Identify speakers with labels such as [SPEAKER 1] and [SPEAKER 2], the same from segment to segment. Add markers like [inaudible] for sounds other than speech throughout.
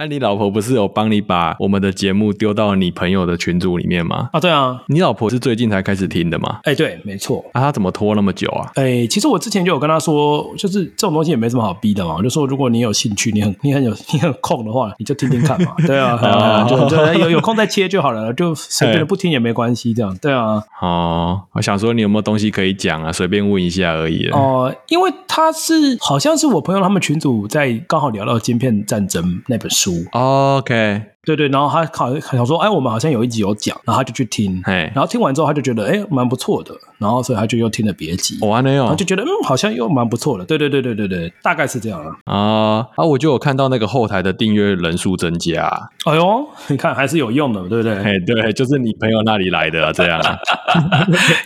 [SPEAKER 1] 那、你老婆不是有帮你把我们的节目丢到你朋友的群组里面吗？
[SPEAKER 2] 啊，对啊，
[SPEAKER 1] 你老婆是最近才开始听的吗？
[SPEAKER 2] 哎，对，没错。
[SPEAKER 1] 啊，她怎么拖那么久啊？
[SPEAKER 2] 哎，其实我之前就有跟他说，就是这种东西也没什么好逼的嘛。我就说，如果你有兴趣，你很你很有你很有空的话，你就听听看 [laughs] 嘛。对啊，对啊就就有有空再切就好了，就随便的不听也没关系，这样对啊。
[SPEAKER 1] 哦，我想说你有没有东西可以讲啊？随便问一下而已。哦，
[SPEAKER 2] 哦、因为他是好像是我朋友他们群组在刚好聊到《晶片战争》那本书，
[SPEAKER 1] OK，
[SPEAKER 2] 对对，然后他好想说，哎，我们好像有一集有讲，然后他就去听，
[SPEAKER 1] 嘿
[SPEAKER 2] 然后听完之后他就觉得，哎，蛮不错的，然后所以他就又听了别集，
[SPEAKER 1] 我还没有
[SPEAKER 2] 然后就觉得，嗯，好像又蛮不错的，对对对对对对，大概是这样啊。
[SPEAKER 1] 啊啊！我就有看到那个后台的订阅人数增加、啊。
[SPEAKER 2] 哎呦，你看还是有用的，对不对？
[SPEAKER 1] 嘿，对，就是你朋友那里来的啊，这样
[SPEAKER 2] [laughs]
[SPEAKER 1] 啊。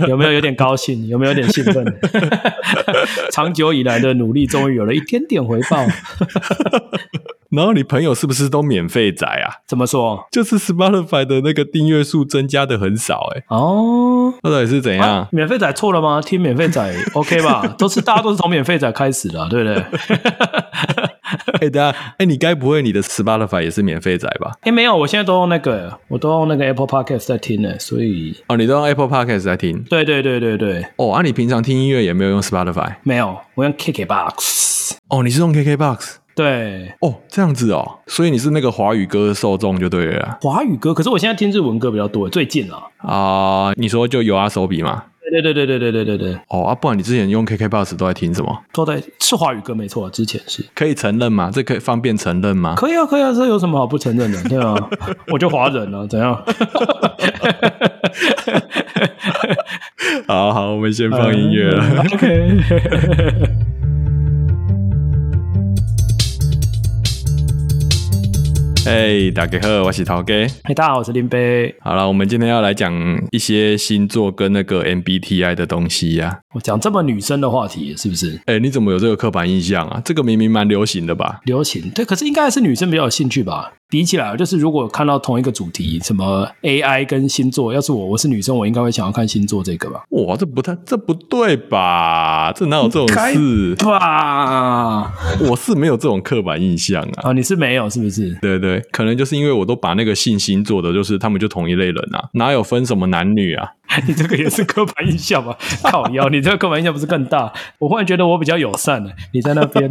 [SPEAKER 2] 有没有有点高兴？有没有有点兴 [laughs] 奋？长久以来的努力终于有了一点点回报，
[SPEAKER 1] 然后你朋友是不是都免费仔啊？
[SPEAKER 2] 怎么说？
[SPEAKER 1] 就是 Spotify 的那个订阅数增加的很少、欸，哎，
[SPEAKER 2] 哦，
[SPEAKER 1] 到底是怎样？
[SPEAKER 2] 啊免费仔错了吗？听免费仔 OK [laughs] 吧？都是大家都是从免费仔开始的啊、对不对？
[SPEAKER 1] [laughs] 哎、等一下，哎、你该不会你的 Spotify 也是免费仔吧？
[SPEAKER 2] 哎，没有，我现在都用那个，我都用那个 Apple Podcast 在听呢，所以
[SPEAKER 1] 哦，你都用 Apple Podcast 在听
[SPEAKER 2] 对对对对对，
[SPEAKER 1] 哦，啊，你平常听音乐也没有用 Spotify
[SPEAKER 2] 没有，我用 KKBox。
[SPEAKER 1] 哦，你是用 KKBox
[SPEAKER 2] 对，
[SPEAKER 1] 哦，这样子哦，所以你是那个华语歌受众就对了
[SPEAKER 2] 华语歌，可是我现在听日文歌比较多，最近啊。
[SPEAKER 1] 啊、啊你说就有阿手笔嘛？
[SPEAKER 2] 对对对对对对对对对，
[SPEAKER 1] 哦啊，不然你之前用 KKBox 都在听什么？
[SPEAKER 2] 都在是华语歌没错，之前是。
[SPEAKER 1] 可以承认吗？这可以方便承认吗？
[SPEAKER 2] 可以啊，可以啊，这有什么好不承认的？对啊， [laughs] 我就华人啊，怎样？
[SPEAKER 1] 好好，我们先 [laughs] 放音乐啊
[SPEAKER 2] [laughs] 哎
[SPEAKER 1] 了。
[SPEAKER 2] 嗯 OK。
[SPEAKER 1] 哎，大家好，我是陶哥。
[SPEAKER 2] 哎，大家好，我是林杯。
[SPEAKER 1] 好了，我们今天要来讲一些星座跟那个 MBTI 的东西呀、
[SPEAKER 2] 我讲这么女生的话题，是不是
[SPEAKER 1] 哎、你怎么有这个刻板印象啊？这个明明蛮流行的吧？
[SPEAKER 2] 流行？对，可是应该还是女生比较有兴趣吧。比起来，就是如果看到同一个主题，什么 AI 跟星座，要是我我是女生，我应该会想要看星座这个吧？
[SPEAKER 1] 哇，这不太，这不对吧？这哪有这种
[SPEAKER 2] 该
[SPEAKER 1] 事？
[SPEAKER 2] 哇！
[SPEAKER 1] 我是没有这种刻板印象啊。 [laughs]
[SPEAKER 2] 啊，你是没有是不是？
[SPEAKER 1] 对对，可能就是因为我都把那个信星座的，就是他们就同一类人啊，哪有分什么男女啊？ [laughs]
[SPEAKER 2] [laughs] 你这个也是刻板印象吧？靠腰，你这个刻板印象不是更大？我忽然觉得我比较友善了，你在那边。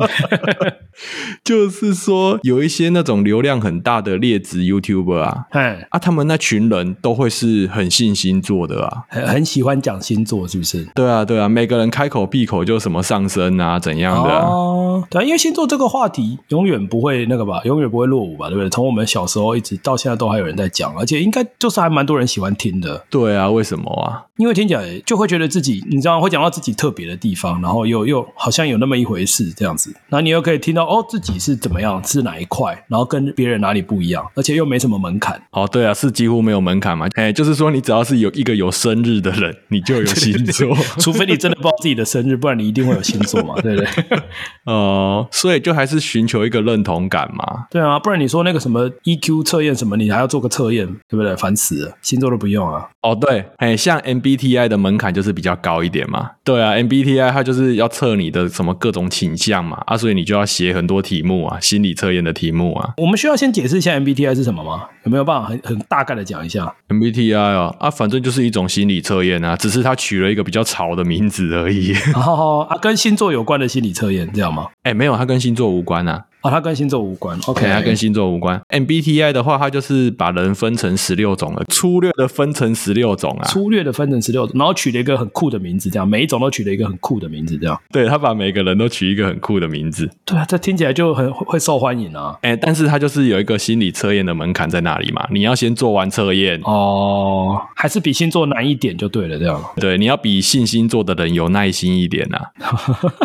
[SPEAKER 1] 就是说有一些那种流量很大的劣质 YouTuber 啊，
[SPEAKER 2] 哎，
[SPEAKER 1] 啊，他们那群人都会是很信星座的啊。
[SPEAKER 2] 很很喜欢讲星座，是不是？
[SPEAKER 1] 对啊，对啊，每个人开口闭口就什么上升啊，怎样的、啊？
[SPEAKER 2] 哦，对啊，因为星座这个话题永远不会那个吧，永远不会落伍吧，对不对？从我们小时候一直到现在都还有人在讲，而且应该就是还蛮多人喜欢听的，
[SPEAKER 1] 对啊，为什么啊？
[SPEAKER 2] 因为听起来就会觉得自己，你知道，会讲到自己特别的地方，然后又又好像有那么一回事这样子，然后你又可以听到哦自己是怎么样，是哪一块，然后跟别人哪里不一样，而且又没什么门槛。
[SPEAKER 1] 哦，对啊，是几乎没有门槛嘛。哎，就是说你只要是有一个有生日的人，你就有星座
[SPEAKER 2] [laughs] 除非你真的不知道自己的生日，不然你一定会有星座
[SPEAKER 1] [laughs]
[SPEAKER 2] 嘛，对不对？
[SPEAKER 1] 哦，所以就还是寻求一个认同感嘛。
[SPEAKER 2] 对啊，不然你说那个什么 EQ 测验什么，你还要做个测验，对不对？烦死了，星座都不用啊。
[SPEAKER 1] 哦，对，哎，像 MBTI 的门槛就是比较高一点嘛。对啊，MBTI 它就是要测你的什么各种倾向嘛，啊，所以你就要写很多题目啊，心理测验的题目啊。
[SPEAKER 2] 我们需要先解释一下 MBTI 是什么吗？有没有办法很很大概的讲
[SPEAKER 1] [laughs]
[SPEAKER 2] 一下？
[SPEAKER 1] MBTI 哦，啊，反正就是一种心理测验啊，只是它取了一个比较潮的名字而已。 [laughs]
[SPEAKER 2] 然后啊，跟星座有关的心理测验，这样吗？
[SPEAKER 1] 哎，没有，它跟星座无关啊。
[SPEAKER 2] 啊，它跟星座无关。OK，
[SPEAKER 1] 对，它跟星座无关。MBTI 的话，它就是把人分成十六种了，粗略的分成十六种啊。
[SPEAKER 2] 粗略的分成十六，然后取了一个很酷的名字，这样每一种都取了一个很酷的名字，这样。
[SPEAKER 1] 对，它把每个人都取一个很酷的名字。
[SPEAKER 2] 对啊，这听起来就很会受欢迎啊。
[SPEAKER 1] 哎，但是它就是有一个心理测验的门槛在那里嘛，你要先做完测验。
[SPEAKER 2] 哦，还是比星座难一点就对了，这样。
[SPEAKER 1] 对，你要比信星座的人有耐心一点呐、啊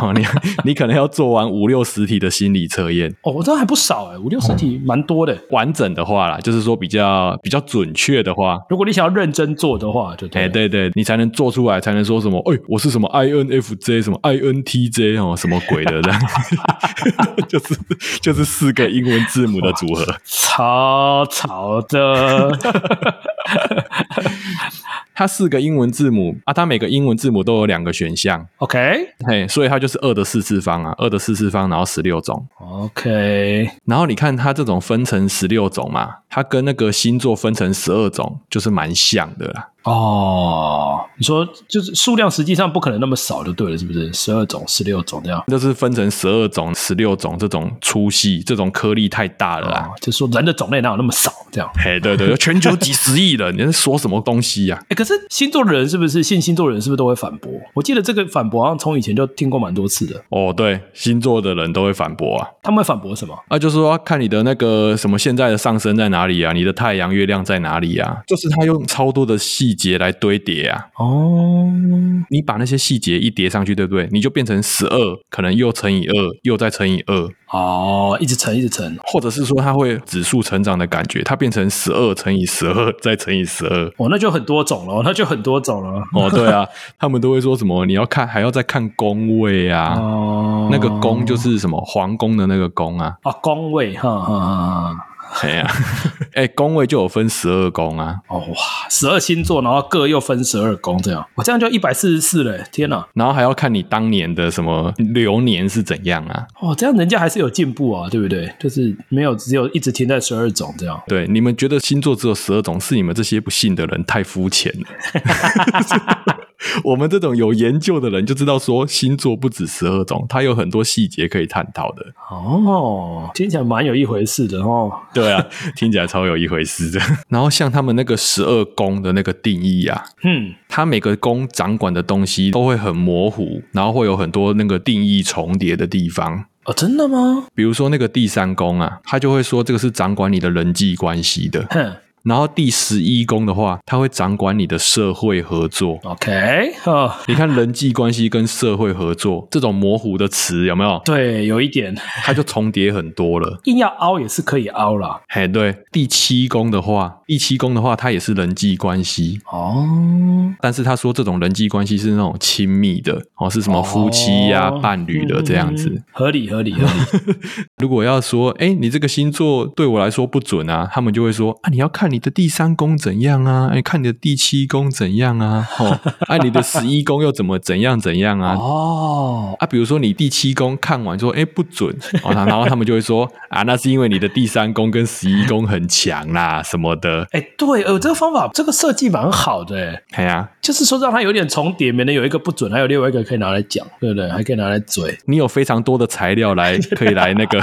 [SPEAKER 1] 哦。你你可能要做完五六十题的心理测验，
[SPEAKER 2] 哦，我这还不少哎、五六十题
[SPEAKER 1] 嗯
[SPEAKER 2] 蛮多的。
[SPEAKER 1] 完整的话啦，就是说比较比较准确的话，
[SPEAKER 2] 如果你想要认真做的话，就对
[SPEAKER 1] 哎、
[SPEAKER 2] 了。
[SPEAKER 1] 对对，你才能做出来，才能说什么？哎、我是什么 INFJ，什么 INTJ 哦，什么鬼的这样， [laughs] 就是就是四个英文字母的组合。 [laughs]
[SPEAKER 2] 超吵的。
[SPEAKER 1] 它四个英文字母啊，它每个英文字母都有两个选项，
[SPEAKER 2] OK
[SPEAKER 1] 嘿，所以它就是二的四次方啊，二的四次方，然后十六种。
[SPEAKER 2] OK，
[SPEAKER 1] 然后你看它这种分成十六种嘛，它跟那个星座分成十二种就是蛮像的啦。
[SPEAKER 2] 哦，你说就是数量实际上不可能那么少就对了，是不是？十二种、十六种这样。
[SPEAKER 1] 就是分成十二种、十六种这种粗细，这种颗粒太大了啦。
[SPEAKER 2] 啊，就是说人的种类哪有那么少这样？
[SPEAKER 1] 嘿，对对，全球几十亿人，你在说什么东西呀、
[SPEAKER 2] 哎，可是星座的人是不是信星座的人是不是都会反驳？我记得这个反驳好像从以前就听过蛮多次的。
[SPEAKER 1] 哦，对，星座的人都会反驳啊，
[SPEAKER 2] 他们会反驳什么？
[SPEAKER 1] 啊，就是说看你的那个什么现在的上升在哪里啊，你的太阳、月亮在哪里啊，就是他用超多的细节来堆叠啊。
[SPEAKER 2] 哦，
[SPEAKER 1] 你把那些细节一叠上去，对不对？你就变成十二，可能又乘以二，又再乘以二，
[SPEAKER 2] 哦，一直乘，一直乘。
[SPEAKER 1] 或者是说它会指数成长的感觉，它变成十二乘以十二，再乘以十二。
[SPEAKER 2] 哦，那就很多种了，那就很多种了。
[SPEAKER 1] 哦，对啊，他们都会说什么你要看，还要再看宫位啊，
[SPEAKER 2] 哦，
[SPEAKER 1] 那个宫就是什么皇宫的那个宫啊，
[SPEAKER 2] 啊，宫位，哈哈哈哈。
[SPEAKER 1] 哎呀、哎，宫位就有分十二宫啊。
[SPEAKER 2] 哦哇，十二星座，然后各又分十二宫，这样，我这样就一百四十四了，天哪！
[SPEAKER 1] 然后还要看你当年的什么流年是怎样啊？
[SPEAKER 2] 哦，这样人家还是有进步啊，对不对？就是没有只有一直停在十二种这样。
[SPEAKER 1] 对，你们觉得星座只有十二种，是你们这些不信的人太肤浅了。 [laughs] 我们这种有研究的人就知道，说星座不止十二种，它有很多细节可以探讨的。
[SPEAKER 2] 哦，听起来蛮有一回事的哦。
[SPEAKER 1] 对啊， [laughs] 听起来超有一回事的。然后像他们那个十二宫的那个定义啊，
[SPEAKER 2] 嗯，
[SPEAKER 1] 它每个宫掌管的东西都会很模糊，然后会有很多那个定义重叠的地方。
[SPEAKER 2] 哦，真的吗？
[SPEAKER 1] 比如说那个第三宫啊，它就会说这个是掌管你的人际关系的。
[SPEAKER 2] 哼
[SPEAKER 1] 然后第十一宫的话，它会掌管你的社会合作。
[SPEAKER 2] ，OK，哦，
[SPEAKER 1] 你看人际关系跟社会合作这种模糊的词有没有？
[SPEAKER 2] 对，有一点
[SPEAKER 1] 它就重叠很多了。
[SPEAKER 2] 硬要凹也是可以凹啦。
[SPEAKER 1] 嘿，对，第七宫的话，第七宫的话，它也是人际关系，
[SPEAKER 2] 哦，
[SPEAKER 1] 但是他说这种人际关系是那种亲密的哦，是什么夫妻呀、
[SPEAKER 2] 哦
[SPEAKER 1] 伴侣的这样子。
[SPEAKER 2] 嗯合理合理合理。
[SPEAKER 1] 如果要说，哎，你这个星座对我来说不准啊，他们就会说啊，你要看你的第三宫怎样啊，哎，看你的第七宫怎样啊，
[SPEAKER 2] [laughs]
[SPEAKER 1] 哦，啊，你的十一宫又怎么怎样怎样 [laughs] 啊。
[SPEAKER 2] 哦，
[SPEAKER 1] 啊，比如说你第七宫看完说，哎，不准，哦、然后他们就会说啊，那是因为你的第三宫跟十一宫很强啦，什么的，
[SPEAKER 2] 哎，对，呃，这个方法这个设计蛮好的，
[SPEAKER 1] 哎
[SPEAKER 2] 哎，
[SPEAKER 1] 呀、
[SPEAKER 2] 就是说让它有点重叠，免得有一个不准，还有另外一个可以拿来讲，对不对？还可以拿来 [laughs] 嘴。
[SPEAKER 1] 你有非常多的材料来可以来那
[SPEAKER 2] [laughs]
[SPEAKER 1] 个，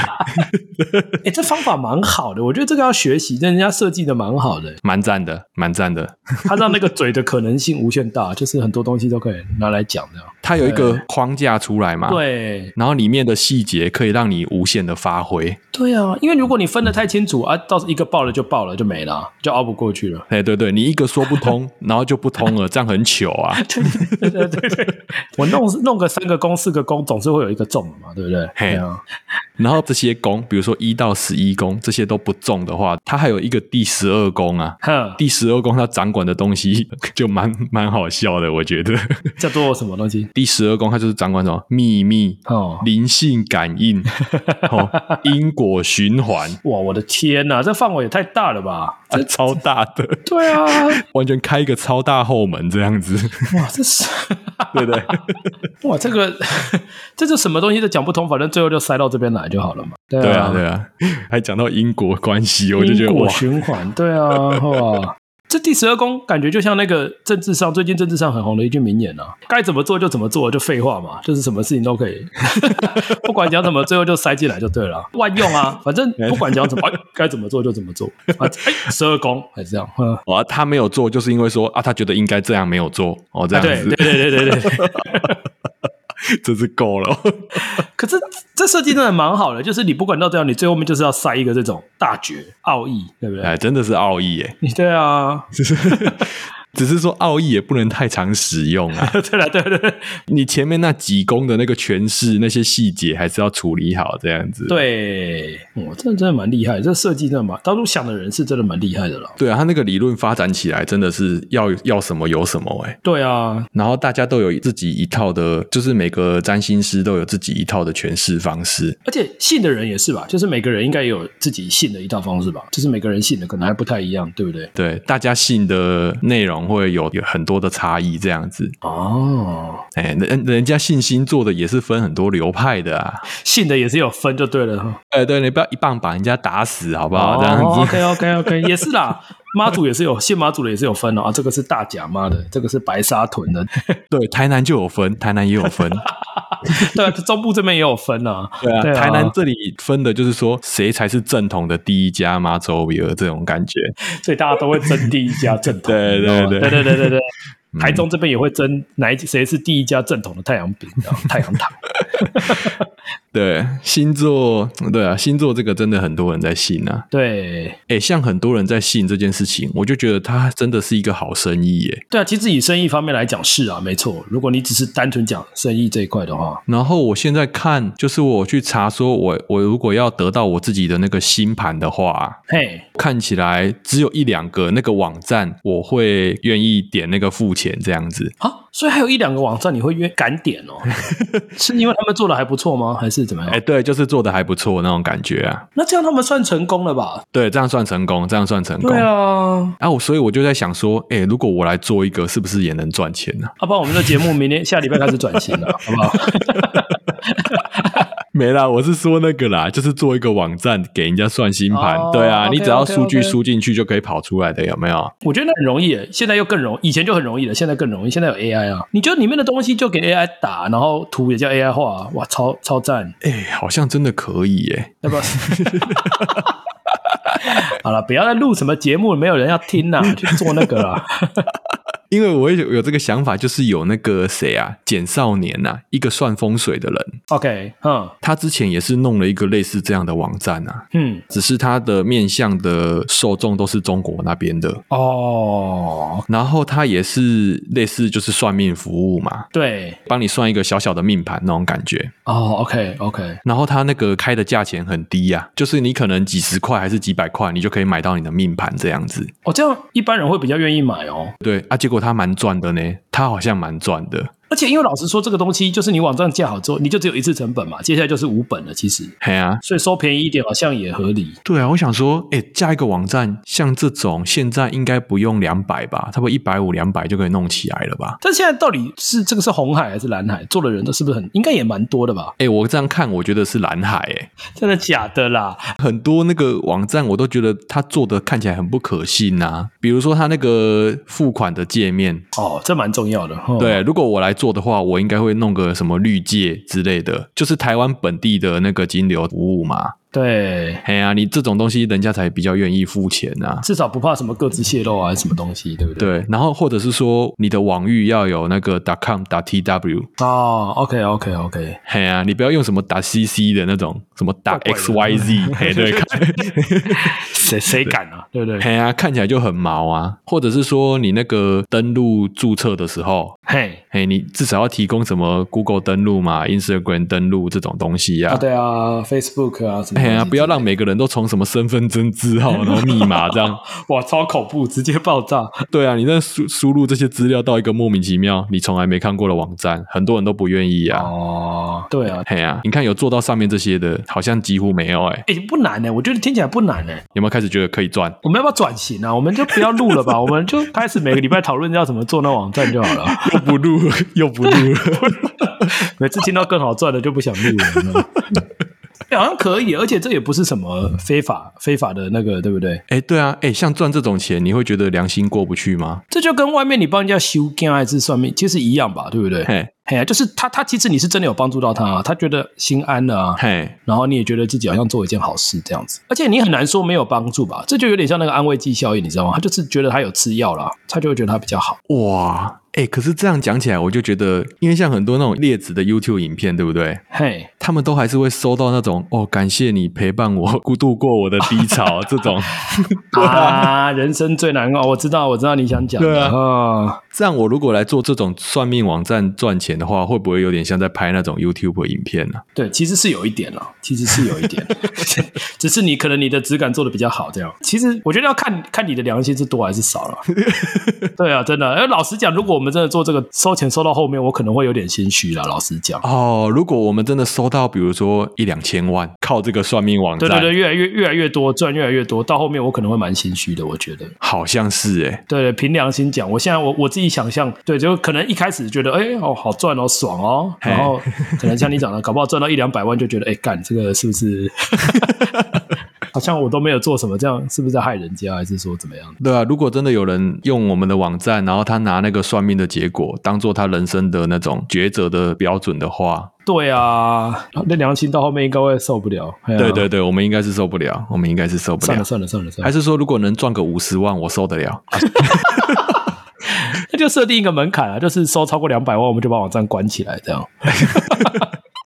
[SPEAKER 2] 哎，这方法蛮好的，我觉得这个要学习，但人家设计的蛮好 [laughs] 的，
[SPEAKER 1] 蛮赞的，蛮赞的。
[SPEAKER 2] 他让那个嘴的可能性无限大，就是很多东西都可以拿来讲这样。
[SPEAKER 1] 它有一个框架出来嘛，，
[SPEAKER 2] [laughs] 对
[SPEAKER 1] 然后里面的细节可以让你无限的发挥。
[SPEAKER 2] 对啊，因为如果你分得太清楚啊，到时一个爆了就爆了，就没了，就熬不过去了。
[SPEAKER 1] 哎，对对，你一个说不 [laughs] 通，然后就不通了，这样很糗啊。
[SPEAKER 2] [laughs] 对对对对，我弄弄个三个弓四个弓，总是会有一个中的嘛，对不对？
[SPEAKER 1] 嘿
[SPEAKER 2] 对 [laughs] 啊，
[SPEAKER 1] 然后这些宫，比如说一到十一宫，这些都不中的话，它还有一个第十二宫啊。
[SPEAKER 2] 哼，
[SPEAKER 1] 第十二宫它掌管的东西就蛮 [laughs] 蛮好笑的，我觉 [laughs] 得。
[SPEAKER 2] 叫做什么东西？
[SPEAKER 1] 第十二宫它就是掌管什么秘密、
[SPEAKER 2] 哦，
[SPEAKER 1] 灵性感应、 [laughs] 哦、因果循环
[SPEAKER 2] 哇，我的天哪，这范围也太大了吧？
[SPEAKER 1] 啊，超大的。
[SPEAKER 2] 对啊，
[SPEAKER 1] 完全开一个超大后门这样子，
[SPEAKER 2] [laughs] 哇，这是。
[SPEAKER 1] 对不对？
[SPEAKER 2] 哇，这个这就什么东西都讲不通，反正最后就塞到这边来就好了嘛。对
[SPEAKER 1] [laughs] 对啊，
[SPEAKER 2] 啊，
[SPEAKER 1] 对啊，还讲到因果关系，我就觉
[SPEAKER 2] 因
[SPEAKER 1] 得
[SPEAKER 2] 果
[SPEAKER 1] 哇，
[SPEAKER 2] 循环，对啊，哇，这第十二宫感觉就像那个政治上最近政治上很红的一句名言啊，该怎么做就怎么做，就废话嘛，就是什么事情都可以， [laughs] 不管讲什么，最后就塞进来就对了，万用啊，反正不管讲什么，哎该怎么做就怎么做啊，哎，十二宫还是这样，嗯，
[SPEAKER 1] 哇、哦啊他没有做，就是因为说啊，他觉得应该这样没有做哦，这
[SPEAKER 2] 啊
[SPEAKER 1] 样
[SPEAKER 2] 对对
[SPEAKER 1] 子，
[SPEAKER 2] 对对对对。
[SPEAKER 1] 真是够了。 [laughs]
[SPEAKER 2] 可是这设计真的蛮好的，就是你不管到这样，你最后面就是要塞一个这种大绝奥义，对不对？
[SPEAKER 1] 哎，真的是奥义耶，
[SPEAKER 2] [laughs] 你对啊，
[SPEAKER 1] 只是说奥义也不能太常使用啊。
[SPEAKER 2] [laughs] 对了，对对对
[SPEAKER 1] 你前面那几宫的那个诠释，那些细节还是要处理好，这样子。
[SPEAKER 2] 对，我、真的真的蛮厉害，这设计真的蛮，当初想的人是真的蛮厉害的了。
[SPEAKER 1] 对啊，他那个理论发展起来真的是要要什么有什么哎，
[SPEAKER 2] 对啊，
[SPEAKER 1] 然后大家都有自己一套的，就是每个占星师都有自己一套的诠释方式。
[SPEAKER 2] 而且信的人也是吧，就是每个人应该也有自己信的一套方式吧，就是每个人信的可能还不太一样，对不对？
[SPEAKER 1] 对，大家信的内容容会有有很多的差异这样子。
[SPEAKER 2] 哦，
[SPEAKER 1] 哎，人人家信星座的也是分很多流派的啊。
[SPEAKER 2] 信的也是有分就对了哈。
[SPEAKER 1] 哎，对，你不要一棒把人家打死，好不好？
[SPEAKER 2] 哦
[SPEAKER 1] 这样子。 [laughs]
[SPEAKER 2] ，OK OK OK，也 [laughs] 是啦。妈祖也是有，信妈祖的也是有分的、啊，这个是大甲妈的，这个是白沙
[SPEAKER 1] [laughs]
[SPEAKER 2] 屯的，
[SPEAKER 1] 对，台南就有分，台南也有分。 [laughs]
[SPEAKER 2] 对啊，中部这边也有分啊。
[SPEAKER 1] 对
[SPEAKER 2] 对啊
[SPEAKER 1] 台南这里分的就是说谁才是正统的第一家妈祖比尔这种感觉。
[SPEAKER 2] 所以大家都会争第一家正
[SPEAKER 1] [laughs]
[SPEAKER 2] 统。
[SPEAKER 1] 对
[SPEAKER 2] 你知道吗
[SPEAKER 1] 对嗯
[SPEAKER 2] 对
[SPEAKER 1] 对
[SPEAKER 2] 对对对对台中这边也会争哪一谁是第一家正统的太阳饼，你知道吗太阳糖。
[SPEAKER 1] 对，星座，对啊，星座这个真的很多人在信啊。
[SPEAKER 2] 对
[SPEAKER 1] 哎，像很多人在信这件事情，我就觉得它真的是一个好生意耶。
[SPEAKER 2] 对啊，其实以生意方面来讲是啊，没错。如果你只是单纯讲生意这一块的话，
[SPEAKER 1] 然后我现在看，就是我去查，说我我如果要得到我自己的那个星盘的话，啊
[SPEAKER 2] 嘿，
[SPEAKER 1] 看起来只有一两个那个网站我会愿意点那个付钱这样子。
[SPEAKER 2] 啊，所以还有一两个网站你会约敢点
[SPEAKER 1] [laughs]
[SPEAKER 2] 哦，是因为他们做的还不错吗？还是怎么样？
[SPEAKER 1] 哎，对，就是做的还不错那种感觉啊。
[SPEAKER 2] 那这样他们算成功了吧？
[SPEAKER 1] 对，这样算成功，这样算成功。
[SPEAKER 2] 对啊，
[SPEAKER 1] 啊，我所以我就在想说，哎、如果我来做一个，是不是也能赚钱呢、
[SPEAKER 2] 啊要、不然我们的节目明天下礼拜开始转型了，好不好？
[SPEAKER 1] [laughs] 没啦，我是说那个啦，就是做一个网站给人家算星盘。
[SPEAKER 2] 哦
[SPEAKER 1] 对啊
[SPEAKER 2] OK，
[SPEAKER 1] 你只要
[SPEAKER 2] OK，
[SPEAKER 1] 数据
[SPEAKER 2] OK
[SPEAKER 1] 输进去就可以跑出来的，有没有？
[SPEAKER 2] 我觉得那很容易耶，现在又更容易，以前就很容易了，现在更容易。现在有 AI 啊，你就里面的东西就给 AI 打，然后图也叫 AI 画，哇，超超赞，
[SPEAKER 1] 哎、好像真的可以耶、
[SPEAKER 2] 要不要？ [laughs] 好了，不要再录什么节目，没有人要听啦，去做那个啊啦。
[SPEAKER 1] 因为我有有这个想法，就是有那个谁啊，简少年呐、一个算风水的人，
[SPEAKER 2] OK，嗯
[SPEAKER 1] 他之前也是弄了一个类似这样的网站啊，
[SPEAKER 2] 嗯，
[SPEAKER 1] 只是他的面向的受众都是中国那边的，
[SPEAKER 2] 哦，
[SPEAKER 1] 然后他也是类似就是算命服务嘛，
[SPEAKER 2] 对，
[SPEAKER 1] 帮你算一个小小的命盘那种感觉。
[SPEAKER 2] 哦，OK OK，
[SPEAKER 1] 然后他那个开的价钱很低呀、就是你可能几十块还是几百块，你就可以买到你的命盘这样子。
[SPEAKER 2] 哦，这样一般人会比较愿意买哦。
[SPEAKER 1] 对啊，结果他蛮赚的呢，他好像蛮赚的。
[SPEAKER 2] 而且因为老实说，这个东西就是你网站架好之后，你就只有一次成本嘛，接下来就是无本了，其实，
[SPEAKER 1] 嘿啊，
[SPEAKER 2] 所以收便宜一点好像也合理。
[SPEAKER 1] 对啊，我想说，哎，加一个网站，像这种现在应该不用两百吧，差不多一百五、两百就可以弄起来了吧？
[SPEAKER 2] 但现在到底是这个是红海还是蓝海？做的人都是不是很应该也蛮多的吧？
[SPEAKER 1] 哎，我这样看，我觉得是蓝海，哎，
[SPEAKER 2] 真的假的啦？
[SPEAKER 1] 很多那个网站我都觉得他做的看起来很不可信啊，比如说他那个付款的界面，
[SPEAKER 2] 哦，这蛮重要的。哦、，
[SPEAKER 1] 对，如果我来做的话，我应该会弄个什么绿界之类的，就是台湾本地的那个金流服务嘛。
[SPEAKER 2] 对，
[SPEAKER 1] 哎呀、你这种东西人家才比较愿意付钱啊。
[SPEAKER 2] 至少不怕什么各自泄露啊，什么东西，对不对？
[SPEAKER 1] 对，然后或者是说你的网域要有那个 .com、.tw，
[SPEAKER 2] 哦，OK OK OK，
[SPEAKER 1] 嘿呀、你不要用什么 .cc 的那种，什么
[SPEAKER 2] 怪怪的 [laughs]
[SPEAKER 1] .xyz，嘿，哎对，看
[SPEAKER 2] 谁谁敢啊？对不对？
[SPEAKER 1] 嘿呀、看起来就很毛啊。或者是说你那个登录注册的时候，
[SPEAKER 2] 嘿，
[SPEAKER 1] 嘿，你至少要提供什么 Google 登录嘛、Instagram 登录这种东西呀、
[SPEAKER 2] 啊对啊，Facebook 啊什么？
[SPEAKER 1] 哎呀，不要让每个人都从什么身份证字号，然后密码这样。
[SPEAKER 2] 哇，超恐怖，直接爆炸。
[SPEAKER 1] 对啊，你那输输入这些资料到一个莫名其妙你从来没看过的网站，很多人都不愿意啊。
[SPEAKER 2] 哦，对啊。
[SPEAKER 1] 嘿呀，你看有做到上面这些的，好像几乎没有哎、
[SPEAKER 2] 哎、不难呢、我觉得听起来不难呢、
[SPEAKER 1] 有没有开始觉得可以赚？ [laughs]
[SPEAKER 2] 我们要不要转型啊？我们就不要录了吧，我们就开始每个礼拜讨论要怎么做那网站就好了。
[SPEAKER 1] 又不录，又不录。
[SPEAKER 2] 每次听到更好赚的就不想录了有没 [laughs] 有。欸好像可以，而且这也不是什么非法非法的那个，对不对？
[SPEAKER 1] [laughs] 哎，对啊，哎，像赚这种钱，你会觉得良心过不去吗？
[SPEAKER 2] 这就跟外面你帮人家修肝还是算命，其实一样吧，对不对？
[SPEAKER 1] 嘿，
[SPEAKER 2] 嘿啊，就是他他其实你是真的有帮助到他、啊，他觉得心安了啊，
[SPEAKER 1] 嘿，
[SPEAKER 2] 然后你也觉得自己好像做一件好事这样子，而且你很难说没有帮助吧？这就有点像那个安慰剂效应，你知道吗？他就是觉得他有吃药啦，他就会觉得他比较好。
[SPEAKER 1] 哇，哎，可是这样讲起来，我就觉得，因为像很多那种劣质的 YouTube 影片，对不对？
[SPEAKER 2] [laughs] 嘿，
[SPEAKER 1] 他们都还是会收到那种哦，感谢你陪伴我， [laughs] 孤度过我的低潮这种。
[SPEAKER 2] 啊，人生最难熬，我知道，我知道你想讲的
[SPEAKER 1] 对啊
[SPEAKER 2] 啊
[SPEAKER 1] 这样，我如果来做这种算命网站赚钱的话，会不会有点像在拍那种 YouTube 影片呢、
[SPEAKER 2] 对，其实是有一点啦，其实是有一点，只是你可能你的质感做的比较好，这样。其实我觉得要看看你的良心是多还是少了。对啊，真的。因为老实讲，如果我们真的做这个收钱收到后面，我可能会有点心虚了。老实讲，
[SPEAKER 1] 哦，如果我们真的收到，比如说一两千万，靠这个算命网
[SPEAKER 2] 对
[SPEAKER 1] 站，
[SPEAKER 2] 对对，越来越越来越多，赚越来越多，到后面我可能会蛮心虚的。我觉得，
[SPEAKER 1] 好像是哎、
[SPEAKER 2] 对对，凭良心讲，我现在我我自己想象，对，就可能一开始觉得，哎，哦，好赚哦，爽哦，
[SPEAKER 1] 嘿
[SPEAKER 2] [laughs] 然后可能像你讲的，搞不好赚到一两百万就觉得，哎，干这个是不是？ [laughs] 好像我都没有做什么，这样是不是在害人家，还是说怎么样？
[SPEAKER 1] 对啊，如果真的有人用我们的网站，然后他拿那个算命的结果当做他人生的那种抉择的标准的话，
[SPEAKER 2] 对啊，那良心到后面应该会受不了。哎呀
[SPEAKER 1] 对对对，我们应该是受不了，我们应该是受不
[SPEAKER 2] 算
[SPEAKER 1] 了
[SPEAKER 2] 了。算了算了算
[SPEAKER 1] 还
[SPEAKER 2] 了，
[SPEAKER 1] 是说，如果能赚个五十万，我受得了？
[SPEAKER 2] 那就设定一个门槛啊，就是收超过两百万，我们就把网站关起来，这样。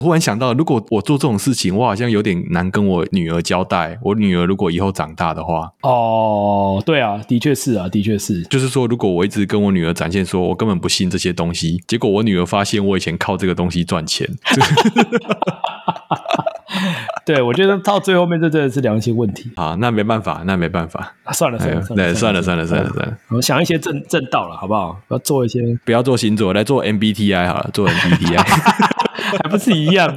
[SPEAKER 1] 忽然想到，如果我做这种事情，我好像有点难跟我女儿交代。我女儿如果以后长大的话，
[SPEAKER 2] 哦，对啊，的确是啊，的确是。
[SPEAKER 1] 就是说，如果我一直跟我女儿展现说我根本不信这些东西，结果我女儿发现我以前靠这个东西赚钱，
[SPEAKER 2] [laughs] 对，我觉得到最后面这真的是良心问题。
[SPEAKER 1] 啊，那没办法，那没办法。
[SPEAKER 2] 啊算了
[SPEAKER 1] 哎
[SPEAKER 2] 算了
[SPEAKER 1] 呦
[SPEAKER 2] 算了，
[SPEAKER 1] 对，算了算了算了算了，
[SPEAKER 2] 我们想一些正正道了，好不好？要做一些，
[SPEAKER 1] 不要做星座，来做 MBTI 好了，做 MBTI。
[SPEAKER 2] [laughs] 还不是一样？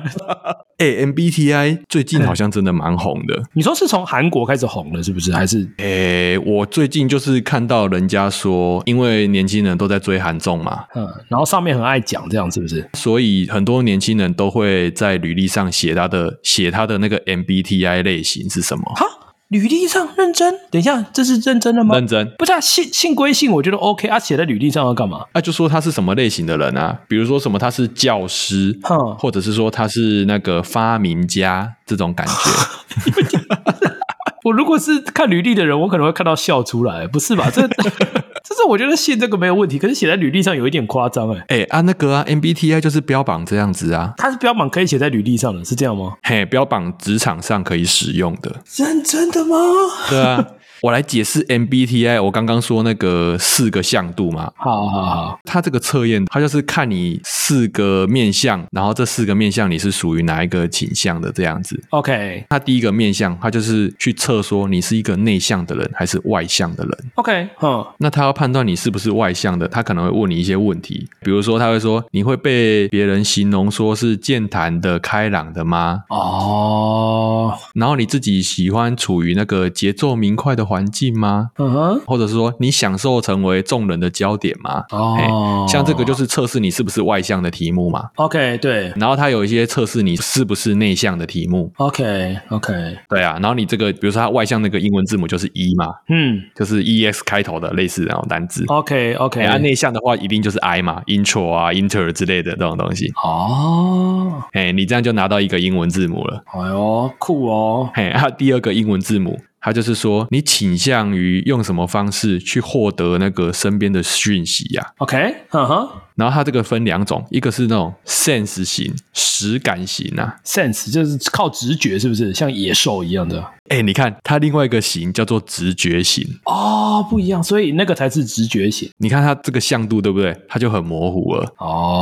[SPEAKER 1] 哎、m b t i 最近好像真的蛮红的。
[SPEAKER 2] [laughs] 你说是从韩国开始红的，是不是？还是
[SPEAKER 1] 诶、我最近就是看到人家说，因为年轻人都在追韩综嘛，
[SPEAKER 2] 嗯？然后上面很爱讲这样，是不是？
[SPEAKER 1] 所以很多年轻人都会在履历上写他的写他的那个 MBTI 类型是什么。
[SPEAKER 2] 哈，履历上认真，等一下，这是认真的吗？
[SPEAKER 1] 认真，
[SPEAKER 2] 不是啊，信信归信，我觉得 OK 啊，写在履历上要干嘛？ [laughs]
[SPEAKER 1] 啊，就说他是什么类型的人啊？比如说什么他是教师，
[SPEAKER 2] 哼
[SPEAKER 1] 或者是说他是那个发明家这种感觉。
[SPEAKER 2] 我如果是看履历的人，我可能会看到笑出来，不是吧？ [laughs] 这这是我觉得信这个没有问题，可是写在履历上有一点夸张哎、
[SPEAKER 1] 哎、啊，那个啊，MBTI 就是标榜这样子啊，
[SPEAKER 2] 它是标榜可以写在履历上的，是这样吗？
[SPEAKER 1] 嘿，标榜职场上可以使用的。
[SPEAKER 2] 认真的吗？
[SPEAKER 1] 对啊，我来解释 MBTI。我刚刚说那个四个向度嘛，
[SPEAKER 2] 好好好，
[SPEAKER 1] 它这个测验，它就是看你四个面相，然后这四个面相你是属于哪一个倾向的这样子。
[SPEAKER 2] OK
[SPEAKER 1] 它第一个面相，它就是去测说你是一个内向的人还是外向的人。
[SPEAKER 2] OK，嗯，
[SPEAKER 1] 那他要判断你是不是外向的，他可能会问你一些问题，比如说他会说你会被别人形容说是健谈的、开朗的吗？
[SPEAKER 2] 哦，
[SPEAKER 1] 然后你自己喜欢处于那个节奏明快的环境吗？
[SPEAKER 2] 嗯哼，
[SPEAKER 1] 或者是说你享受成为众人的焦点吗？
[SPEAKER 2] 哦
[SPEAKER 1] 嘿，像这个就是测试你是不是外向的题目嘛。
[SPEAKER 2] OK，对
[SPEAKER 1] 然后它有一些测试你是不是内向的题目，
[SPEAKER 2] ，OK OK，
[SPEAKER 1] 对啊。然后你这个，比如说它外向那个英文字母就是 E 嘛，
[SPEAKER 2] 嗯
[SPEAKER 1] 就是 E X 开头的类似那种单字。
[SPEAKER 2] ，OK OK，
[SPEAKER 1] 哎，啊，内向的话一定就是 I 嘛，intro 啊，inter 之类的这种东西。
[SPEAKER 2] 哦，
[SPEAKER 1] 哎，你这样就拿到一个英文字母了。
[SPEAKER 2] 哎呦，酷哦，
[SPEAKER 1] 嘿，它第二个英文字母，它就是说你倾向于用什么方式去获得那个身边的讯息呀、
[SPEAKER 2] OK，嗯哼
[SPEAKER 1] 然后它这个分两种，一个是那种 sense 型、实感型啊。
[SPEAKER 2] ，sense 就是靠直觉，是不是像野兽一样的？
[SPEAKER 1] 哎，你看它另外一个型叫做直觉型，
[SPEAKER 2] 哦，不一样，所以那个才是直觉型。
[SPEAKER 1] 你看它这个向度对不对？它就很模糊了，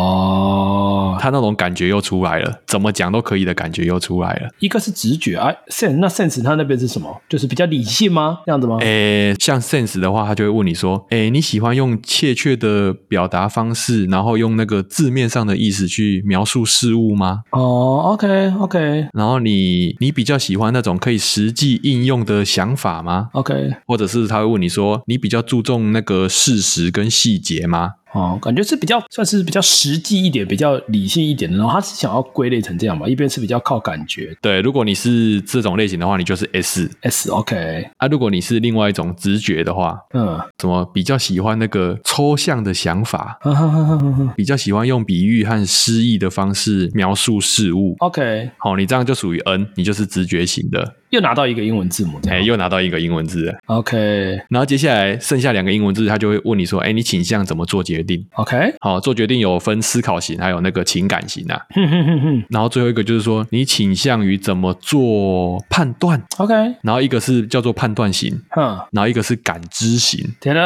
[SPEAKER 2] 哦，
[SPEAKER 1] 它那种感觉又出来了，怎么讲都可以的感觉又出来了。
[SPEAKER 2] 一个是直觉啊，sense 那 sense 它那边是什么？就是比较理性吗？这样子吗？
[SPEAKER 1] 诶，像 sense 的话，他就会问你说，诶，你喜欢用切切的表达方式，然后用那个字面上的意思去描述事物吗？
[SPEAKER 2] 哦，OK OK
[SPEAKER 1] 然后你你比较喜欢那种可以实际应用的想法吗？
[SPEAKER 2] OK，
[SPEAKER 1] 或者是他会问你说，你比较注重那个事实跟细节吗？
[SPEAKER 2] 哦，感觉是比较算是比较实际一点、比较理性一点的，然后他是想要归类成这样吧，一边是比较靠感觉
[SPEAKER 1] 对，如果你是这种类型的话，你就是 S
[SPEAKER 2] ，S OK，
[SPEAKER 1] 啊；如果你是另外一种直觉的话，
[SPEAKER 2] 嗯， [laughs]
[SPEAKER 1] 怎么比较喜欢那个抽象的想法，
[SPEAKER 2] 哈哈哈哈哈
[SPEAKER 1] 比较喜欢用比喻和诗意的方式描述事物。
[SPEAKER 2] ，OK，
[SPEAKER 1] 好、你这样就属于 N，你就是直觉型的。
[SPEAKER 2] 又拿到一个英文字母，
[SPEAKER 1] 哎，又拿到一个英文字了，
[SPEAKER 2] ，OK
[SPEAKER 1] 然后接下来剩下两个英文字，他就会问你说：“哎，你倾向怎么做决定？”
[SPEAKER 2] OK， [laughs]
[SPEAKER 1] 好、做决定有分思考型，还有那个情感型啊。
[SPEAKER 2] 哼哼哼哼
[SPEAKER 1] 然后最后一个就是说，你倾向于怎么做判断？
[SPEAKER 2] ，OK，
[SPEAKER 1] 然后一个是叫做判断型，
[SPEAKER 2] 哼，
[SPEAKER 1] 然后一个是感知型。
[SPEAKER 2] 天呐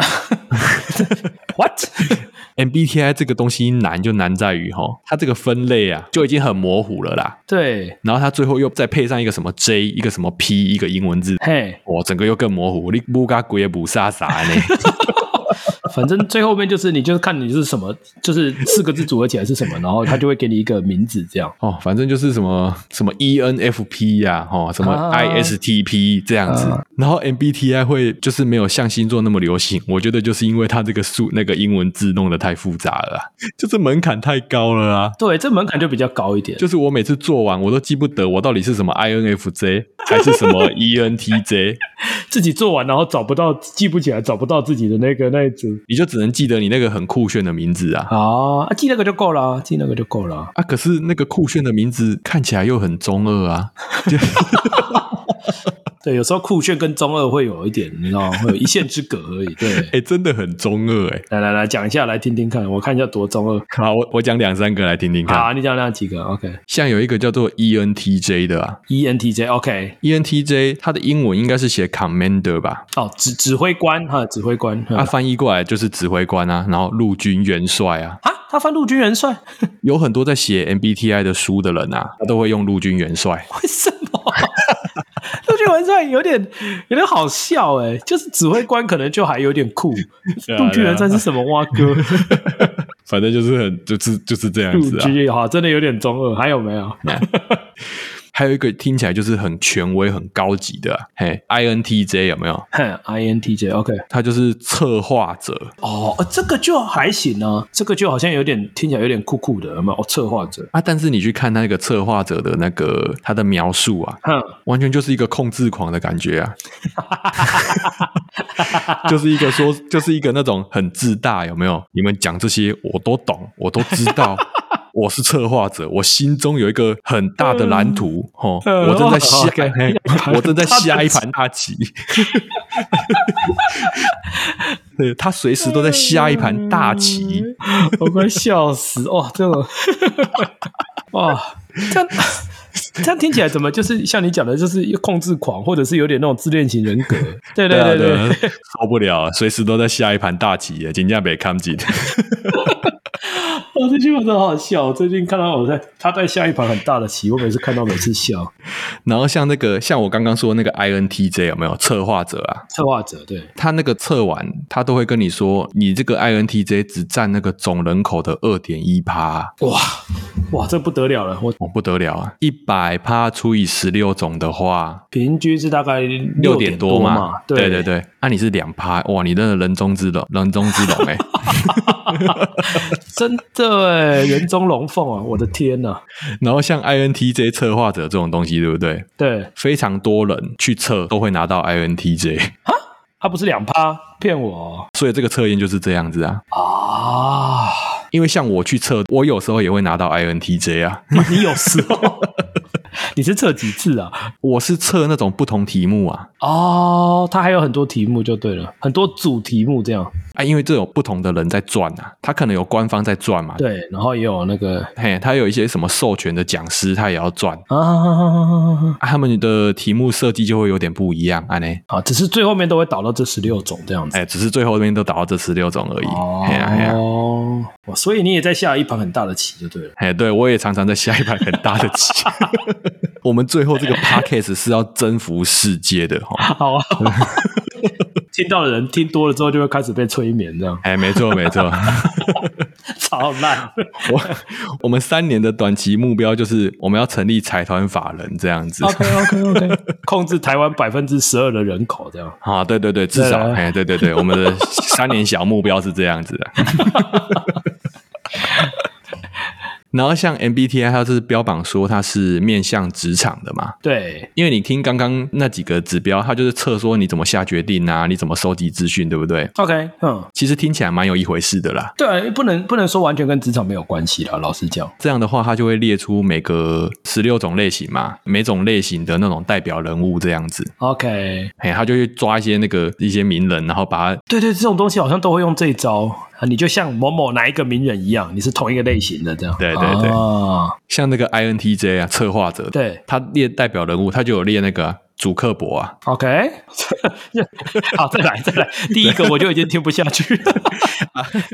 [SPEAKER 2] ，What？
[SPEAKER 1] MBTI 这个东西难就难在于哈、它这个分类啊就已经很模糊了啦。
[SPEAKER 2] [laughs] 对，
[SPEAKER 1] 然后它最后又再配上一个什么 J，一个什么 P，一个英文字，
[SPEAKER 2] 嘿，
[SPEAKER 1] 哇，整个又更模糊，你不嘎鬼也不傻傻呢。
[SPEAKER 2] 反正最后面就是你就是看你是什么，就是四个字组合起来是什么，然后他就会给你一个名字这样。
[SPEAKER 1] 哦，反正就是什么什么 E ENFP 呀、哦，什么
[SPEAKER 2] 啊
[SPEAKER 1] ISTP 这样子。然后 MBTI 会就是没有像星座那么流行，我觉得就是因为它这个数那个英文字弄得太复杂了啊、 [laughs] 就是门槛太高了啊。
[SPEAKER 2] 对，这门槛就比较高一点。
[SPEAKER 1] 就是我每次做完，我都记不得我到底是什么 INFJ 还是什么 E ENTJ，
[SPEAKER 2] 自己做完，然后找不到，记不起来，找不到自己的那个那一组
[SPEAKER 1] 你就只能记得你那个很酷炫的名字啊。
[SPEAKER 2] 啊啊，记那个就够了啊，记那个就够了啊。
[SPEAKER 1] 啊，可是那个酷炫的名字看起来又很中二啊， [laughs] 就，
[SPEAKER 2] 对，有时候酷炫跟中二会有一点，你知道 [laughs] 吗，会有一线之隔而已。对
[SPEAKER 1] 哎、真的很中二哎、
[SPEAKER 2] 来来来，讲一下，来听听看，我看一下多中二。
[SPEAKER 1] 好，我我讲两三个来听听看。
[SPEAKER 2] 啊，你讲那几个？OK，ENTJ，OK，、E
[SPEAKER 1] 像有一个叫做 E ENTJ 的啊 E
[SPEAKER 2] OK
[SPEAKER 1] ，ENTJ 它的英文应该是写 commander 吧，
[SPEAKER 2] 哦，指指挥官哈，指挥官
[SPEAKER 1] 它、
[SPEAKER 2] 啊
[SPEAKER 1] 翻译过来就是指挥官啊，然后陆军元帅啊，
[SPEAKER 2] 啊，他翻陆军元帅， [laughs]
[SPEAKER 1] 有很多在写 MBTI 的书的人啊，他都会用陆军元 [laughs] 帅。
[SPEAKER 2] 为什么？ [laughs] 陆军元帅有点有点好笑哎、就是指挥官可能就还有点酷，
[SPEAKER 1] 对啊
[SPEAKER 2] 陆军元帅是什么蛙哥？
[SPEAKER 1] [laughs]
[SPEAKER 2] [laughs]
[SPEAKER 1] 反正就是很就是就是这样
[SPEAKER 2] 陆
[SPEAKER 1] 子啊。
[SPEAKER 2] 军哈，真的有点中二。还有没有？ [laughs]
[SPEAKER 1] 还有一个听起来就是很权威、很高级的、啊，嘿，INTJ 有没有？
[SPEAKER 2] 哼 INTJ OK，
[SPEAKER 1] 他就是策划者，
[SPEAKER 2] 哦，呃这个就还行啊，这个就好像有点听起来有点酷酷的，有没有？哦，策划者，
[SPEAKER 1] 啊，但是你去看那个策划者的那个他的描述啊，
[SPEAKER 2] 哼，
[SPEAKER 1] 完全就是一个控制狂的感觉
[SPEAKER 2] [laughs]
[SPEAKER 1] 啊，就是一个说，就是一个那种很自大，有没有？你们讲这些我都懂，我都知
[SPEAKER 2] [laughs]
[SPEAKER 1] 道。我是策划者，我心中有一个很大的蓝图，哦，
[SPEAKER 2] 嗯
[SPEAKER 1] 我正在下，
[SPEAKER 2] OK
[SPEAKER 1] 嘿我正在下一盘大
[SPEAKER 2] [laughs]
[SPEAKER 1] 棋。对他随时都在下一盘大
[SPEAKER 2] 嗯
[SPEAKER 1] 棋，
[SPEAKER 2] [laughs] 我快笑死！哇，这种， [laughs] 哇，这样这样听起来怎么就是像你讲的，就是一个控制狂，或者是有点那种自恋型人 [laughs] 格？对
[SPEAKER 1] 啊
[SPEAKER 2] 对对，
[SPEAKER 1] 啊受不了，随时都在下一盘大棋，金价被看紧。
[SPEAKER 2] 哇，这句话真的好好笑！我最近看到我在他在下一盘很大的棋，我每次看到每次笑。
[SPEAKER 1] [laughs] 然后像那个像我刚刚说那个 INTJ 有没有策划者啊？
[SPEAKER 2] 策划者对，
[SPEAKER 1] 他那个测完，他都会跟你说，你这个 INTJ 只占那个总人口的二点一趴，
[SPEAKER 2] 哇哇，这不得了了！我
[SPEAKER 1] 哦不得了啊！一百趴除以十六种的话，
[SPEAKER 2] 平均是大概
[SPEAKER 1] 六
[SPEAKER 2] 六
[SPEAKER 1] 点
[SPEAKER 2] 多
[SPEAKER 1] 嘛？
[SPEAKER 2] 对
[SPEAKER 1] 对对对，啊你是两趴，哇，你真的人中之龙，人中之龙哎、 [laughs]
[SPEAKER 2] 真的哎，人中龙凤啊！我的天呐、
[SPEAKER 1] 然后像 INTJ 策划者这种东西，对不对？
[SPEAKER 2] 对，
[SPEAKER 1] 非常多人去测都会拿到 INTJ，
[SPEAKER 2] 他不是两趴，骗我
[SPEAKER 1] 所以这个测验就是这样子啊。
[SPEAKER 2] 哦啊！
[SPEAKER 1] 因为像我去测，我有时候也会拿到 INTJ 啊。
[SPEAKER 2] 你有时 [laughs] 候你是测几次啊？
[SPEAKER 1] 我是测那种不同题目啊
[SPEAKER 2] 哦，它还有很多题目就对了，很多主题目这样。
[SPEAKER 1] 啊，因为这有不同的人在转啊，他可能有官方在转嘛，
[SPEAKER 2] 对，然后也有那个
[SPEAKER 1] 嘿，他有一些什么授权的讲师，他也要转。
[SPEAKER 2] 啊，
[SPEAKER 1] 啊、他们的题目设计就会有点不一样啊呢，
[SPEAKER 2] 好，只是最后面都会导到这十六种这样子。
[SPEAKER 1] 哎，只是最后面都导到这十六种而已。嘿呀嘿啊呀，
[SPEAKER 2] 哦，哇所以你也在下一盘很大的棋就对了。
[SPEAKER 1] 哎，对我也常常在下一盘很大的棋。我们最后这个 podcast 是要征服世界的哦哈，
[SPEAKER 2] 好啊， [laughs] 听到的人听多了之后就会开始被催眠，这样
[SPEAKER 1] 哎，没错没错。
[SPEAKER 2] 超 [laughs] 烂。
[SPEAKER 1] 我我们三年的短期目标就是我们要成立财团法人这样子
[SPEAKER 2] 哦 OK OK [laughs] OK，控制台湾百分之十二的人口这样。
[SPEAKER 1] 啊，对对对，至
[SPEAKER 2] 对
[SPEAKER 1] 少
[SPEAKER 2] 啊
[SPEAKER 1] 哎，对对对，我们的三年小目标是这样子的。 [laughs] 然后像 MBTI，它是标榜说它是面向职场的嘛，
[SPEAKER 2] 对，
[SPEAKER 1] 因为你听刚刚那几个指标，它就是测说你怎么下决定啊，你怎么收集资讯，对不对？
[SPEAKER 2] OK，嗯，
[SPEAKER 1] 其实听起来蛮有一回事的啦。
[SPEAKER 2] 对啊，不能不能说完全跟职场没有关系啦，老实讲。
[SPEAKER 1] 这样的话，它就会列出每个十六种类型嘛，每种类型的那种代表人物这样子。
[SPEAKER 2] OK，
[SPEAKER 1] 哎，他就去抓一些那个一些名人，然后把他
[SPEAKER 2] 对对，这种东西好像都会用这一招啊，你就像某某哪一个名人一样，你是同一个类型的这样。
[SPEAKER 1] 对对对
[SPEAKER 2] 啊，
[SPEAKER 1] 像那个 INTJ 啊，策划者，
[SPEAKER 2] 对
[SPEAKER 1] 他列代表人物，他就有列那个啊祖克伯啊，
[SPEAKER 2] OK，好，再来再来，第一个我就已经听不下
[SPEAKER 1] [laughs]
[SPEAKER 2] 去了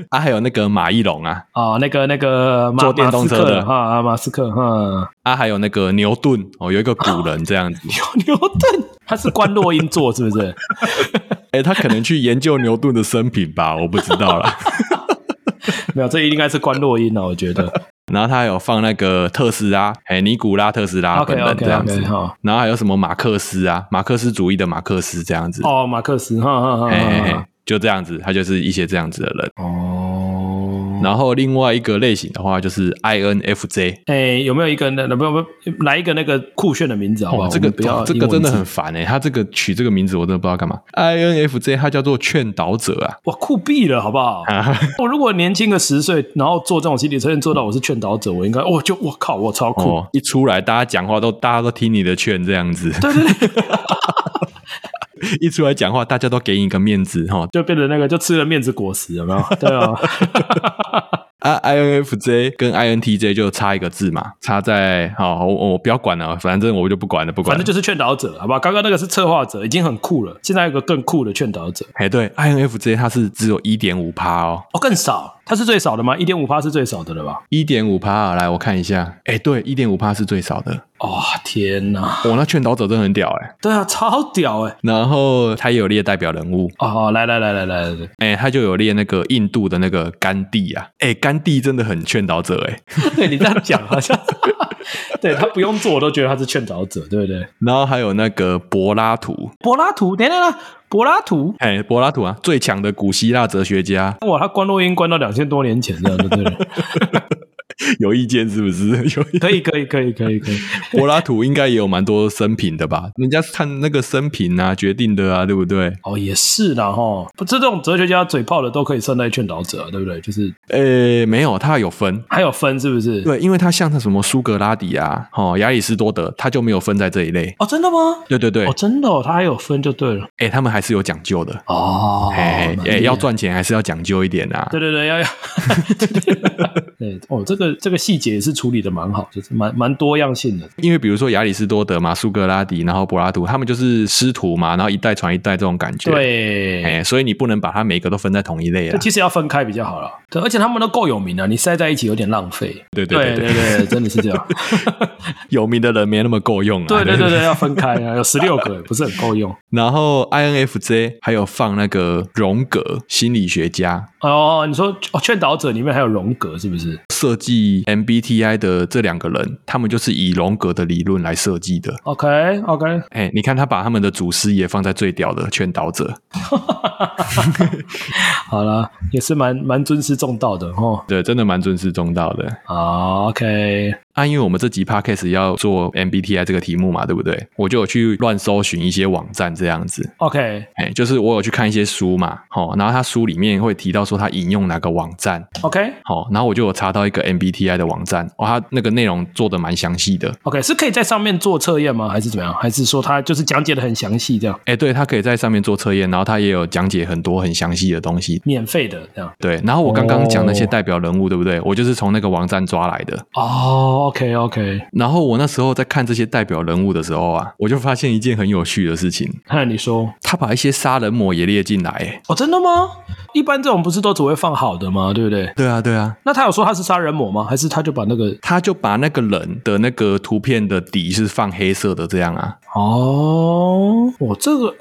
[SPEAKER 1] 啊，还有那个马一龙啊，
[SPEAKER 2] 啊，那个那个马
[SPEAKER 1] 坐电动车的
[SPEAKER 2] 马斯克啊啊，马斯克啊， [laughs]
[SPEAKER 1] 啊，还有那个牛顿哦，有一个古人这样子，
[SPEAKER 2] 牛顿他是关洛音座是不是？ [laughs]
[SPEAKER 1] 哎、他可能去研究牛顿的生平吧，我不知道啦。
[SPEAKER 2] 没有，这应该是关洛音了，我觉得。
[SPEAKER 1] 然后他还有放那个特斯拉，哎，尼古拉特斯拉
[SPEAKER 2] OK
[SPEAKER 1] 本人
[SPEAKER 2] OK
[SPEAKER 1] 这样子
[SPEAKER 2] OK 哈。
[SPEAKER 1] 然后还有什么马克思啊，马克思主义的马克思这样子，
[SPEAKER 2] 哦，嗯马克思，哈哈哈
[SPEAKER 1] 哎哎
[SPEAKER 2] 哈
[SPEAKER 1] 哎，就这样子，他就是一些这样子的人。
[SPEAKER 2] 哈。哦。
[SPEAKER 1] 然后另外一个类型的话就是 INFJ，
[SPEAKER 2] 哎、有没有一个那不不来一个那个酷炫的名字好不好？
[SPEAKER 1] 哦哇，这个
[SPEAKER 2] 我们不要
[SPEAKER 1] 这
[SPEAKER 2] 英
[SPEAKER 1] 个
[SPEAKER 2] 文字
[SPEAKER 1] 真的很烦哎、他这个取这个名字我真的不知道干嘛。INFJ 他叫做劝导者啊，
[SPEAKER 2] 哇酷毙了，好不好？
[SPEAKER 1] 啊，
[SPEAKER 2] [laughs] 我如果年轻个十岁，然后做这种心理测验做到我是劝导者，我应该我就我靠，我超酷，
[SPEAKER 1] 哦，一出来大家讲话都大家都听你的劝这样子，
[SPEAKER 2] [laughs]
[SPEAKER 1] [laughs]
[SPEAKER 2] 对对对，
[SPEAKER 1] 一出来讲话大家都给你一个面子哈、哦。
[SPEAKER 2] 就变成那个就吃了面子果实，有
[SPEAKER 1] [laughs]
[SPEAKER 2] 没有？对啊，
[SPEAKER 1] 啊，INFJ 跟 INTJ 就差一个字嘛，差在好，我我不要管了，反正我就不管了，不管
[SPEAKER 2] 反
[SPEAKER 1] 了
[SPEAKER 2] 正。就是劝导者，好吧？刚刚那个是策划者，已经很酷了，现在有个更酷的劝导者，
[SPEAKER 1] 哎，对，INFJ 它是只有一点五趴哦，
[SPEAKER 2] 哦，更少，它是最少的吗？一点五趴是最少的了吧？
[SPEAKER 1] 一点五趴，啊来我看一下，哎，对，一点五趴是最少的。哦
[SPEAKER 2] 哦，天哪，
[SPEAKER 1] 我、那劝导者真的很屌哎、
[SPEAKER 2] 对啊，超屌哎、
[SPEAKER 1] 然后他也有列代表人物，
[SPEAKER 2] 哦，来来来来来来，
[SPEAKER 1] 哎、他就有列那个印度的那个甘地啊，哎、甘地真的很劝导者哎、
[SPEAKER 2] [laughs] 对你这样讲好像，对他不用做，我都觉得他是劝导者，对不对？
[SPEAKER 1] 然后还有那个柏拉图，
[SPEAKER 2] 柏拉图，等一下等一下，柏拉图，
[SPEAKER 1] 哎、柏拉图啊，最强的古希腊哲学家，
[SPEAKER 2] 哇，他关录音关到两千多年前这样，对不对？
[SPEAKER 1] 有意见是不是？ [laughs] 有意
[SPEAKER 2] [laughs] 可以，可以，可以，可以，可以。
[SPEAKER 1] 柏拉图应该也有蛮多生平的吧？人家是看那个生平啊决定的啊，对不对？
[SPEAKER 2] 哦，也是啦，哈，不，这种哲学家嘴炮的都可以算在劝导者，对不对？就是
[SPEAKER 1] 呃、没有，他有分。
[SPEAKER 2] 还有分，是不是？
[SPEAKER 1] 对，因为他像他什么苏格拉底啊，哦，亚里士多德，他就没有分在这一类。
[SPEAKER 2] 哦，真的吗？
[SPEAKER 1] 对对对，
[SPEAKER 2] 哦，
[SPEAKER 1] 哎、
[SPEAKER 2] 真的、哦，他还有分就对了。
[SPEAKER 1] 他们还是有讲究的。
[SPEAKER 2] 哦，
[SPEAKER 1] 哎、
[SPEAKER 2] 那
[SPEAKER 1] 哎、要赚钱还是要讲究一点啊。
[SPEAKER 2] 对对对， [laughs] 要要，对哦，这个这个细节也是处理的蛮好，就是蛮蛮多样性的。
[SPEAKER 1] 因为比如说亚里士多德嘛、苏格拉底，然后柏拉图，他们就是师徒嘛，然后一代传一代这种感觉。，
[SPEAKER 2] 对，
[SPEAKER 1] 哎、所以你不能把它每个都分在同一类
[SPEAKER 2] 就
[SPEAKER 1] 啊。
[SPEAKER 2] 其实要分开比较好了。对，而且他们都够有名了，你塞在一起有点浪费。
[SPEAKER 1] 对对
[SPEAKER 2] 对
[SPEAKER 1] 对对，
[SPEAKER 2] 对对，真的是这 [laughs] 样。
[SPEAKER 1] 有名的人没那么够用啊。
[SPEAKER 2] 对对对对，要分开啊，有十六个也不是很够 [laughs] 用。
[SPEAKER 1] 然后 INFJ 还有放那个荣格心理学家
[SPEAKER 2] 哦，你说哦，劝导者里面还有荣格是不是？
[SPEAKER 1] 设计 MBTI 的这两个人，他们就是以荣格的理论来设计的。
[SPEAKER 2] OK OK，
[SPEAKER 1] 哎，你看他把他们的祖师爷放在最屌的劝导者，
[SPEAKER 2] 好啦，也是蛮蛮尊师重道的哦。
[SPEAKER 1] 对，真的蛮尊师重道的。
[SPEAKER 2] 好 OK，
[SPEAKER 1] 啊，因为我们这集 podcast 要做 MBTI 这个题目嘛，对不对？我就有去乱搜寻一些网站这样子，
[SPEAKER 2] OK
[SPEAKER 1] 哎，就是我有去看一些书嘛，好、然后他书里面会提到说他引用哪个网站，
[SPEAKER 2] OK
[SPEAKER 1] 好、然后我就有查到一个 MBTI 的网站，哦，它那个内容做的蛮详细的，
[SPEAKER 2] OK，是可以在上面做测验吗？还是怎么样？还是说他就是讲解的很详细这样？
[SPEAKER 1] 哎，对，它可以在上面做测验，然后它也有讲解很多很详细的东西。
[SPEAKER 2] 免费的这样
[SPEAKER 1] 对，然后我刚刚讲那些
[SPEAKER 2] 哦
[SPEAKER 1] 代表人物，对不对？我就是从那个网站抓来的。
[SPEAKER 2] 哦，OK，OK、o k OK，
[SPEAKER 1] 然后我那时候在看这些代表人物的时候啊，我就发现一件很有趣的事情，
[SPEAKER 2] 看你说
[SPEAKER 1] 他把一些杀人魔也列进来。哎
[SPEAKER 2] 哦，真的吗？一般这种不是都只会放好的吗？对不对？
[SPEAKER 1] 对啊，对啊，
[SPEAKER 2] 那他有说他是杀人魔吗？还是他就把那个
[SPEAKER 1] 他就把那个人的那个图片的底是放黑色的，这样啊。
[SPEAKER 2] 哦，我这个，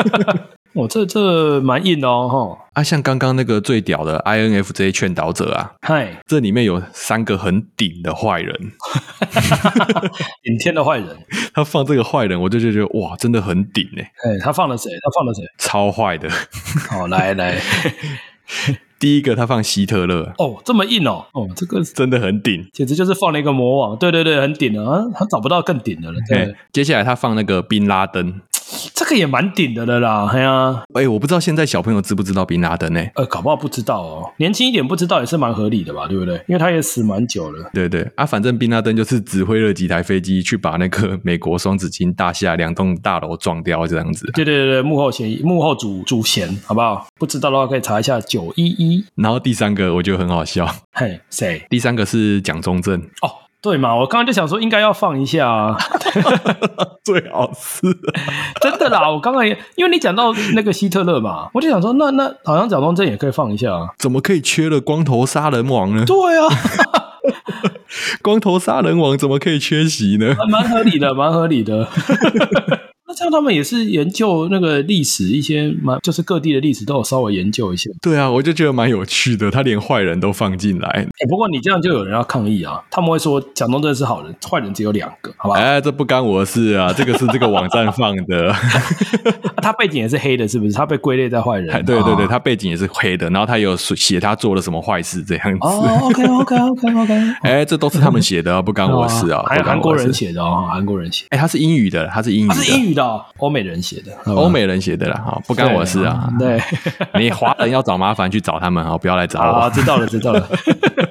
[SPEAKER 2] [laughs] 我这这蛮硬的哦，哈，
[SPEAKER 1] 啊，像刚刚那个最屌的 INFJ 劝导者啊，
[SPEAKER 2] 嗨，
[SPEAKER 1] 这里面有三个很顶的坏人， [laughs]
[SPEAKER 2] 顶天的坏人，
[SPEAKER 1] 他放这个坏人，我就觉得哇，真的很顶哎、
[SPEAKER 2] 哎，他放了谁？他放了谁？
[SPEAKER 1] 超坏的。 [laughs]
[SPEAKER 2] 好、来来，
[SPEAKER 1] 第一个他放希特勒，
[SPEAKER 2] 哦，这么硬哦，哦，这个
[SPEAKER 1] 真的很顶。
[SPEAKER 2] 简直就是放了一个魔王，对对对，很顶的啊，他找不到更顶的了，对，
[SPEAKER 1] 哎，接下来他放那个宾拉登，
[SPEAKER 2] 这个也蛮顶的了啦，哎呀、
[SPEAKER 1] 哎，我不知道现在小朋友知不知道宾拉登呢、哎
[SPEAKER 2] 呃，搞不好不知道哦，年轻一点不知道也是蛮合理的吧，对不对？因为他也死蛮久了。
[SPEAKER 1] 对对啊，反正宾拉登就是指挥了几台飞机去把那个 [laughs] 美国双子星大厦两栋大楼撞掉这样子。
[SPEAKER 2] 对对对对，幕后嫌疑，幕后主主嫌，好不好？不知道的话可以查一下九一一，
[SPEAKER 1] 然后第三个我觉得很好笑，
[SPEAKER 2] 嘿，谁？
[SPEAKER 1] 第三个是蒋中正，
[SPEAKER 2] 哦，对嘛，我刚刚就想说应该要放一
[SPEAKER 1] [laughs]
[SPEAKER 2] 下啊，
[SPEAKER 1] 最好是
[SPEAKER 2] 真的啦，我刚刚也因为你讲到那个希特勒嘛，我就想说那那好像蒋中正也可以放一下啊，
[SPEAKER 1] 怎么可以缺了光头杀人王呢？ [laughs]
[SPEAKER 2] 对啊，
[SPEAKER 1] 光头杀人王怎么可以缺席呢？
[SPEAKER 2] [laughs] 还蛮合理的，蛮合理的。那这样像他们也是研究那个历史，一些蛮就是各地的历史都有稍微研究
[SPEAKER 1] [laughs]
[SPEAKER 2] 一些。
[SPEAKER 1] 对啊，我就觉得蛮有趣的，他连坏人都放进来。
[SPEAKER 2] 哎，不过你这样就有人要抗议啊，他们会说蒋中正是好人，坏人只有两个，好吧？
[SPEAKER 1] 哎，这不干我的事啊，这个是这个网站放
[SPEAKER 2] [laughs]
[SPEAKER 1] 的。
[SPEAKER 2] 啊他背景也是黑的，是不是？他被归类在坏人。
[SPEAKER 1] 哎对对对，他背景也是黑的，然后他有写他做了什么坏事这样子。
[SPEAKER 2] 哦，OK OK OK OK，
[SPEAKER 1] 哎，这都是他们写的，不干 [laughs] 我事啊。
[SPEAKER 2] 哦还有韩国人写的哦，韩国人写。
[SPEAKER 1] 哎，他是英语的，他是英语，
[SPEAKER 2] 啊是英语的，欧美人写的，哦
[SPEAKER 1] 欧美人写的啦，哈，不干我事啊。
[SPEAKER 2] 对，
[SPEAKER 1] [laughs] 你华人要找麻烦去找他们啊，不要来找我。
[SPEAKER 2] 知道了，知道了。 [laughs]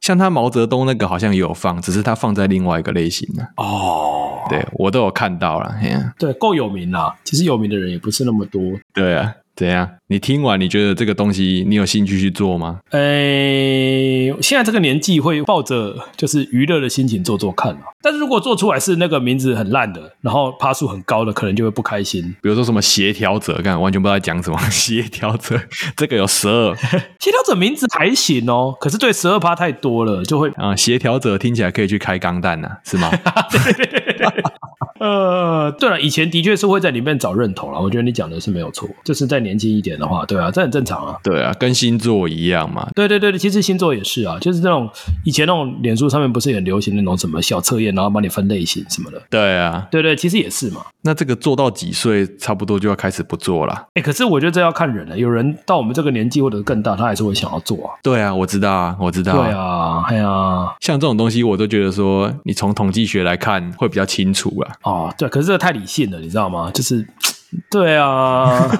[SPEAKER 1] 像他毛泽东那个好像也有放，只是他放在另外一个类型的
[SPEAKER 2] 哦。
[SPEAKER 1] 对我都有看到了，嘿啊
[SPEAKER 2] 对，够有名啦。其实有名的人也不是那么多。
[SPEAKER 1] 对啊，怎样？你听完你觉得这个东西你有兴趣去做吗？
[SPEAKER 2] 诶、现在这个年纪会抱着就是娱乐的心情做做看啦。啊但是如果做出来是那个名字很烂的，然后趴数很高的，可能就会不开心。
[SPEAKER 1] 比如说什么协调者，干完全不知道在讲什么。 [laughs] 协调者这个有十二
[SPEAKER 2] 协调者名字还行哦，可是对十二趴太多了，就会
[SPEAKER 1] 啊，协调者听起来可以去开钢弹呐、啊是
[SPEAKER 2] [laughs]
[SPEAKER 1] 吗？
[SPEAKER 2] 呃，对了，以前的确是会在里面找认同啦。我觉得你讲的是没有错，就是再年轻一点的话，对啊，这很正常啊。
[SPEAKER 1] 对啊，跟星座一样嘛。
[SPEAKER 2] 对对对对，其实星座也是啊，就是那种以前那种脸书上面不是也很流行那种什么小测验，然后帮你分类型什么的。
[SPEAKER 1] 对啊，
[SPEAKER 2] 对对，其实也是嘛。
[SPEAKER 1] 那这个做到几岁，差不多就要开始不做啦。
[SPEAKER 2] 哎，可是我觉得这要看人了，有人到我们这个年纪或者更大，他还是会想要做啊。
[SPEAKER 1] 对啊，我知道啊，我知道。
[SPEAKER 2] 对，啊，哎呀，
[SPEAKER 1] 像这种东西，我都觉得说，你从统计学来看会比较清楚啊。
[SPEAKER 2] 哦，对，可是这个太理性了，你知道吗？就是，
[SPEAKER 1] [laughs]
[SPEAKER 2] 对啊，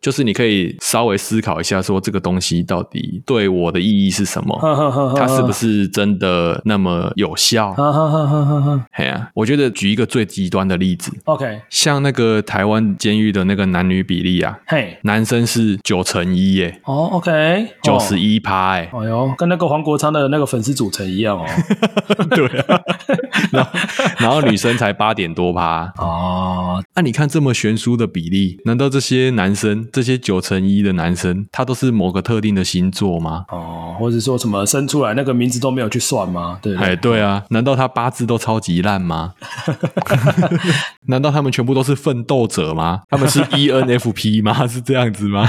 [SPEAKER 1] 就是你可以稍微思考一下，说这个东西到底对我的意义是什
[SPEAKER 2] 啊
[SPEAKER 1] 么，它
[SPEAKER 2] 他
[SPEAKER 1] 是不？是真的那么有效？
[SPEAKER 2] [laughs] 哈哈哈哈哈哈
[SPEAKER 1] 嘿啊，我觉得举一个最极端的例子，
[SPEAKER 2] ，OK，
[SPEAKER 1] 像那个台湾监狱的那个男女比例啊，
[SPEAKER 2] 嘿，
[SPEAKER 1] 男生是九乘一耶，
[SPEAKER 2] 哦，OK，
[SPEAKER 1] 九十
[SPEAKER 2] 一。
[SPEAKER 1] 一趴哎，
[SPEAKER 2] 哎呦，跟那个黄国昌的那个粉丝组成一
[SPEAKER 1] [laughs]
[SPEAKER 2] 样哦。
[SPEAKER 1] 对啊，然后然后女生才八点多趴。
[SPEAKER 2] 哦，
[SPEAKER 1] 那、啊你看这么悬殊的比例，难道这些男生，这些九乘一的男生，他都是某个特定的星座吗？
[SPEAKER 2] 哦，或者说什么生出来那个名字都没有去算吗？对不对？
[SPEAKER 1] 哎，对啊，难道他八字都超级烂吗？ [laughs] 难道他们全部都是奋斗者吗？他们是 E ENFP 吗？ [laughs] 是这样子吗？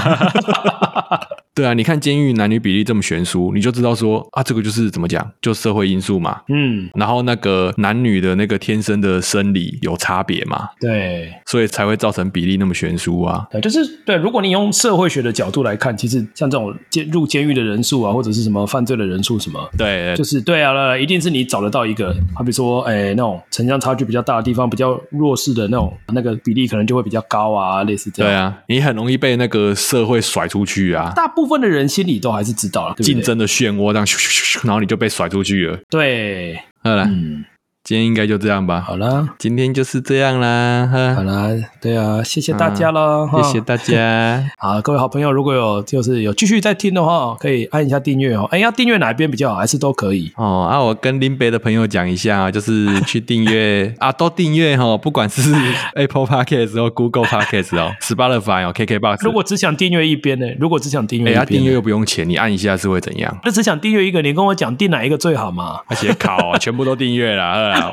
[SPEAKER 1] 对啊，你看监狱男女比例这么悬殊，你就知道说啊，这个就是怎么讲，就社会因素嘛。
[SPEAKER 2] 嗯，
[SPEAKER 1] 然后那个男女的那个天生的生理有差别嘛，
[SPEAKER 2] 对。
[SPEAKER 1] 所以才会造成比例那么悬殊啊。
[SPEAKER 2] 对，就是对。如果你用社会学的角度来看，其实像这种监入监狱的人数啊，或者是什么犯罪的人数什么，
[SPEAKER 1] 对，
[SPEAKER 2] 就是对啊，那一定是你找得到一个，好比说，哎，那种城乡差距比较大的地方，比较弱势的那种，那个比例可能就会比较高啊，类似这样。
[SPEAKER 1] 对啊，你很容易被那个社会甩出去啊，
[SPEAKER 2] 大部分的人心里都还是知道了，对不对
[SPEAKER 1] 竞争的漩涡这样咻咻咻咻，然后你就被甩出去了。
[SPEAKER 2] 对，
[SPEAKER 1] 好了，
[SPEAKER 2] 嗯，
[SPEAKER 1] 今天应该就这样吧。
[SPEAKER 2] 好啦，
[SPEAKER 1] 今天就是这样啦，
[SPEAKER 2] 好
[SPEAKER 1] 哈，
[SPEAKER 2] 啦，对啊，谢谢大家啦，哈
[SPEAKER 1] 嗯谢谢大家。
[SPEAKER 2] 好，各位好朋友，如果有就是有继续在听的话，可以按一下订阅哦。哎，要订阅哪一边比较好，还是都可以？
[SPEAKER 1] 哦，啊，我跟林北的朋友讲一下啊，就是去订阅啊，都订阅哈，不管是 Apple Podcast 哦、Google Podcast 哦、Spotify 哦、KKBox。
[SPEAKER 2] 如果只想订阅一边呢？如果只想订
[SPEAKER 1] 哎
[SPEAKER 2] 阅
[SPEAKER 1] 呀，
[SPEAKER 2] 一
[SPEAKER 1] 订
[SPEAKER 2] 边
[SPEAKER 1] 阅
[SPEAKER 2] 呢，
[SPEAKER 1] 又不用钱，你按一下是会怎样？
[SPEAKER 2] 那只想订阅一个，你跟我讲订哪一个最好嘛？
[SPEAKER 1] 而且考啊，全部都订阅了，好啦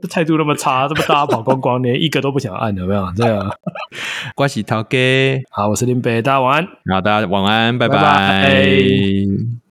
[SPEAKER 2] 这态度那么差，这么大家跑光光，连一个都不想按，有没有？对啊。
[SPEAKER 1] 关系陶哥，
[SPEAKER 2] 好，我是林北，大家晚安。
[SPEAKER 1] 好，大家晚安，拜
[SPEAKER 2] 拜拜
[SPEAKER 1] 拜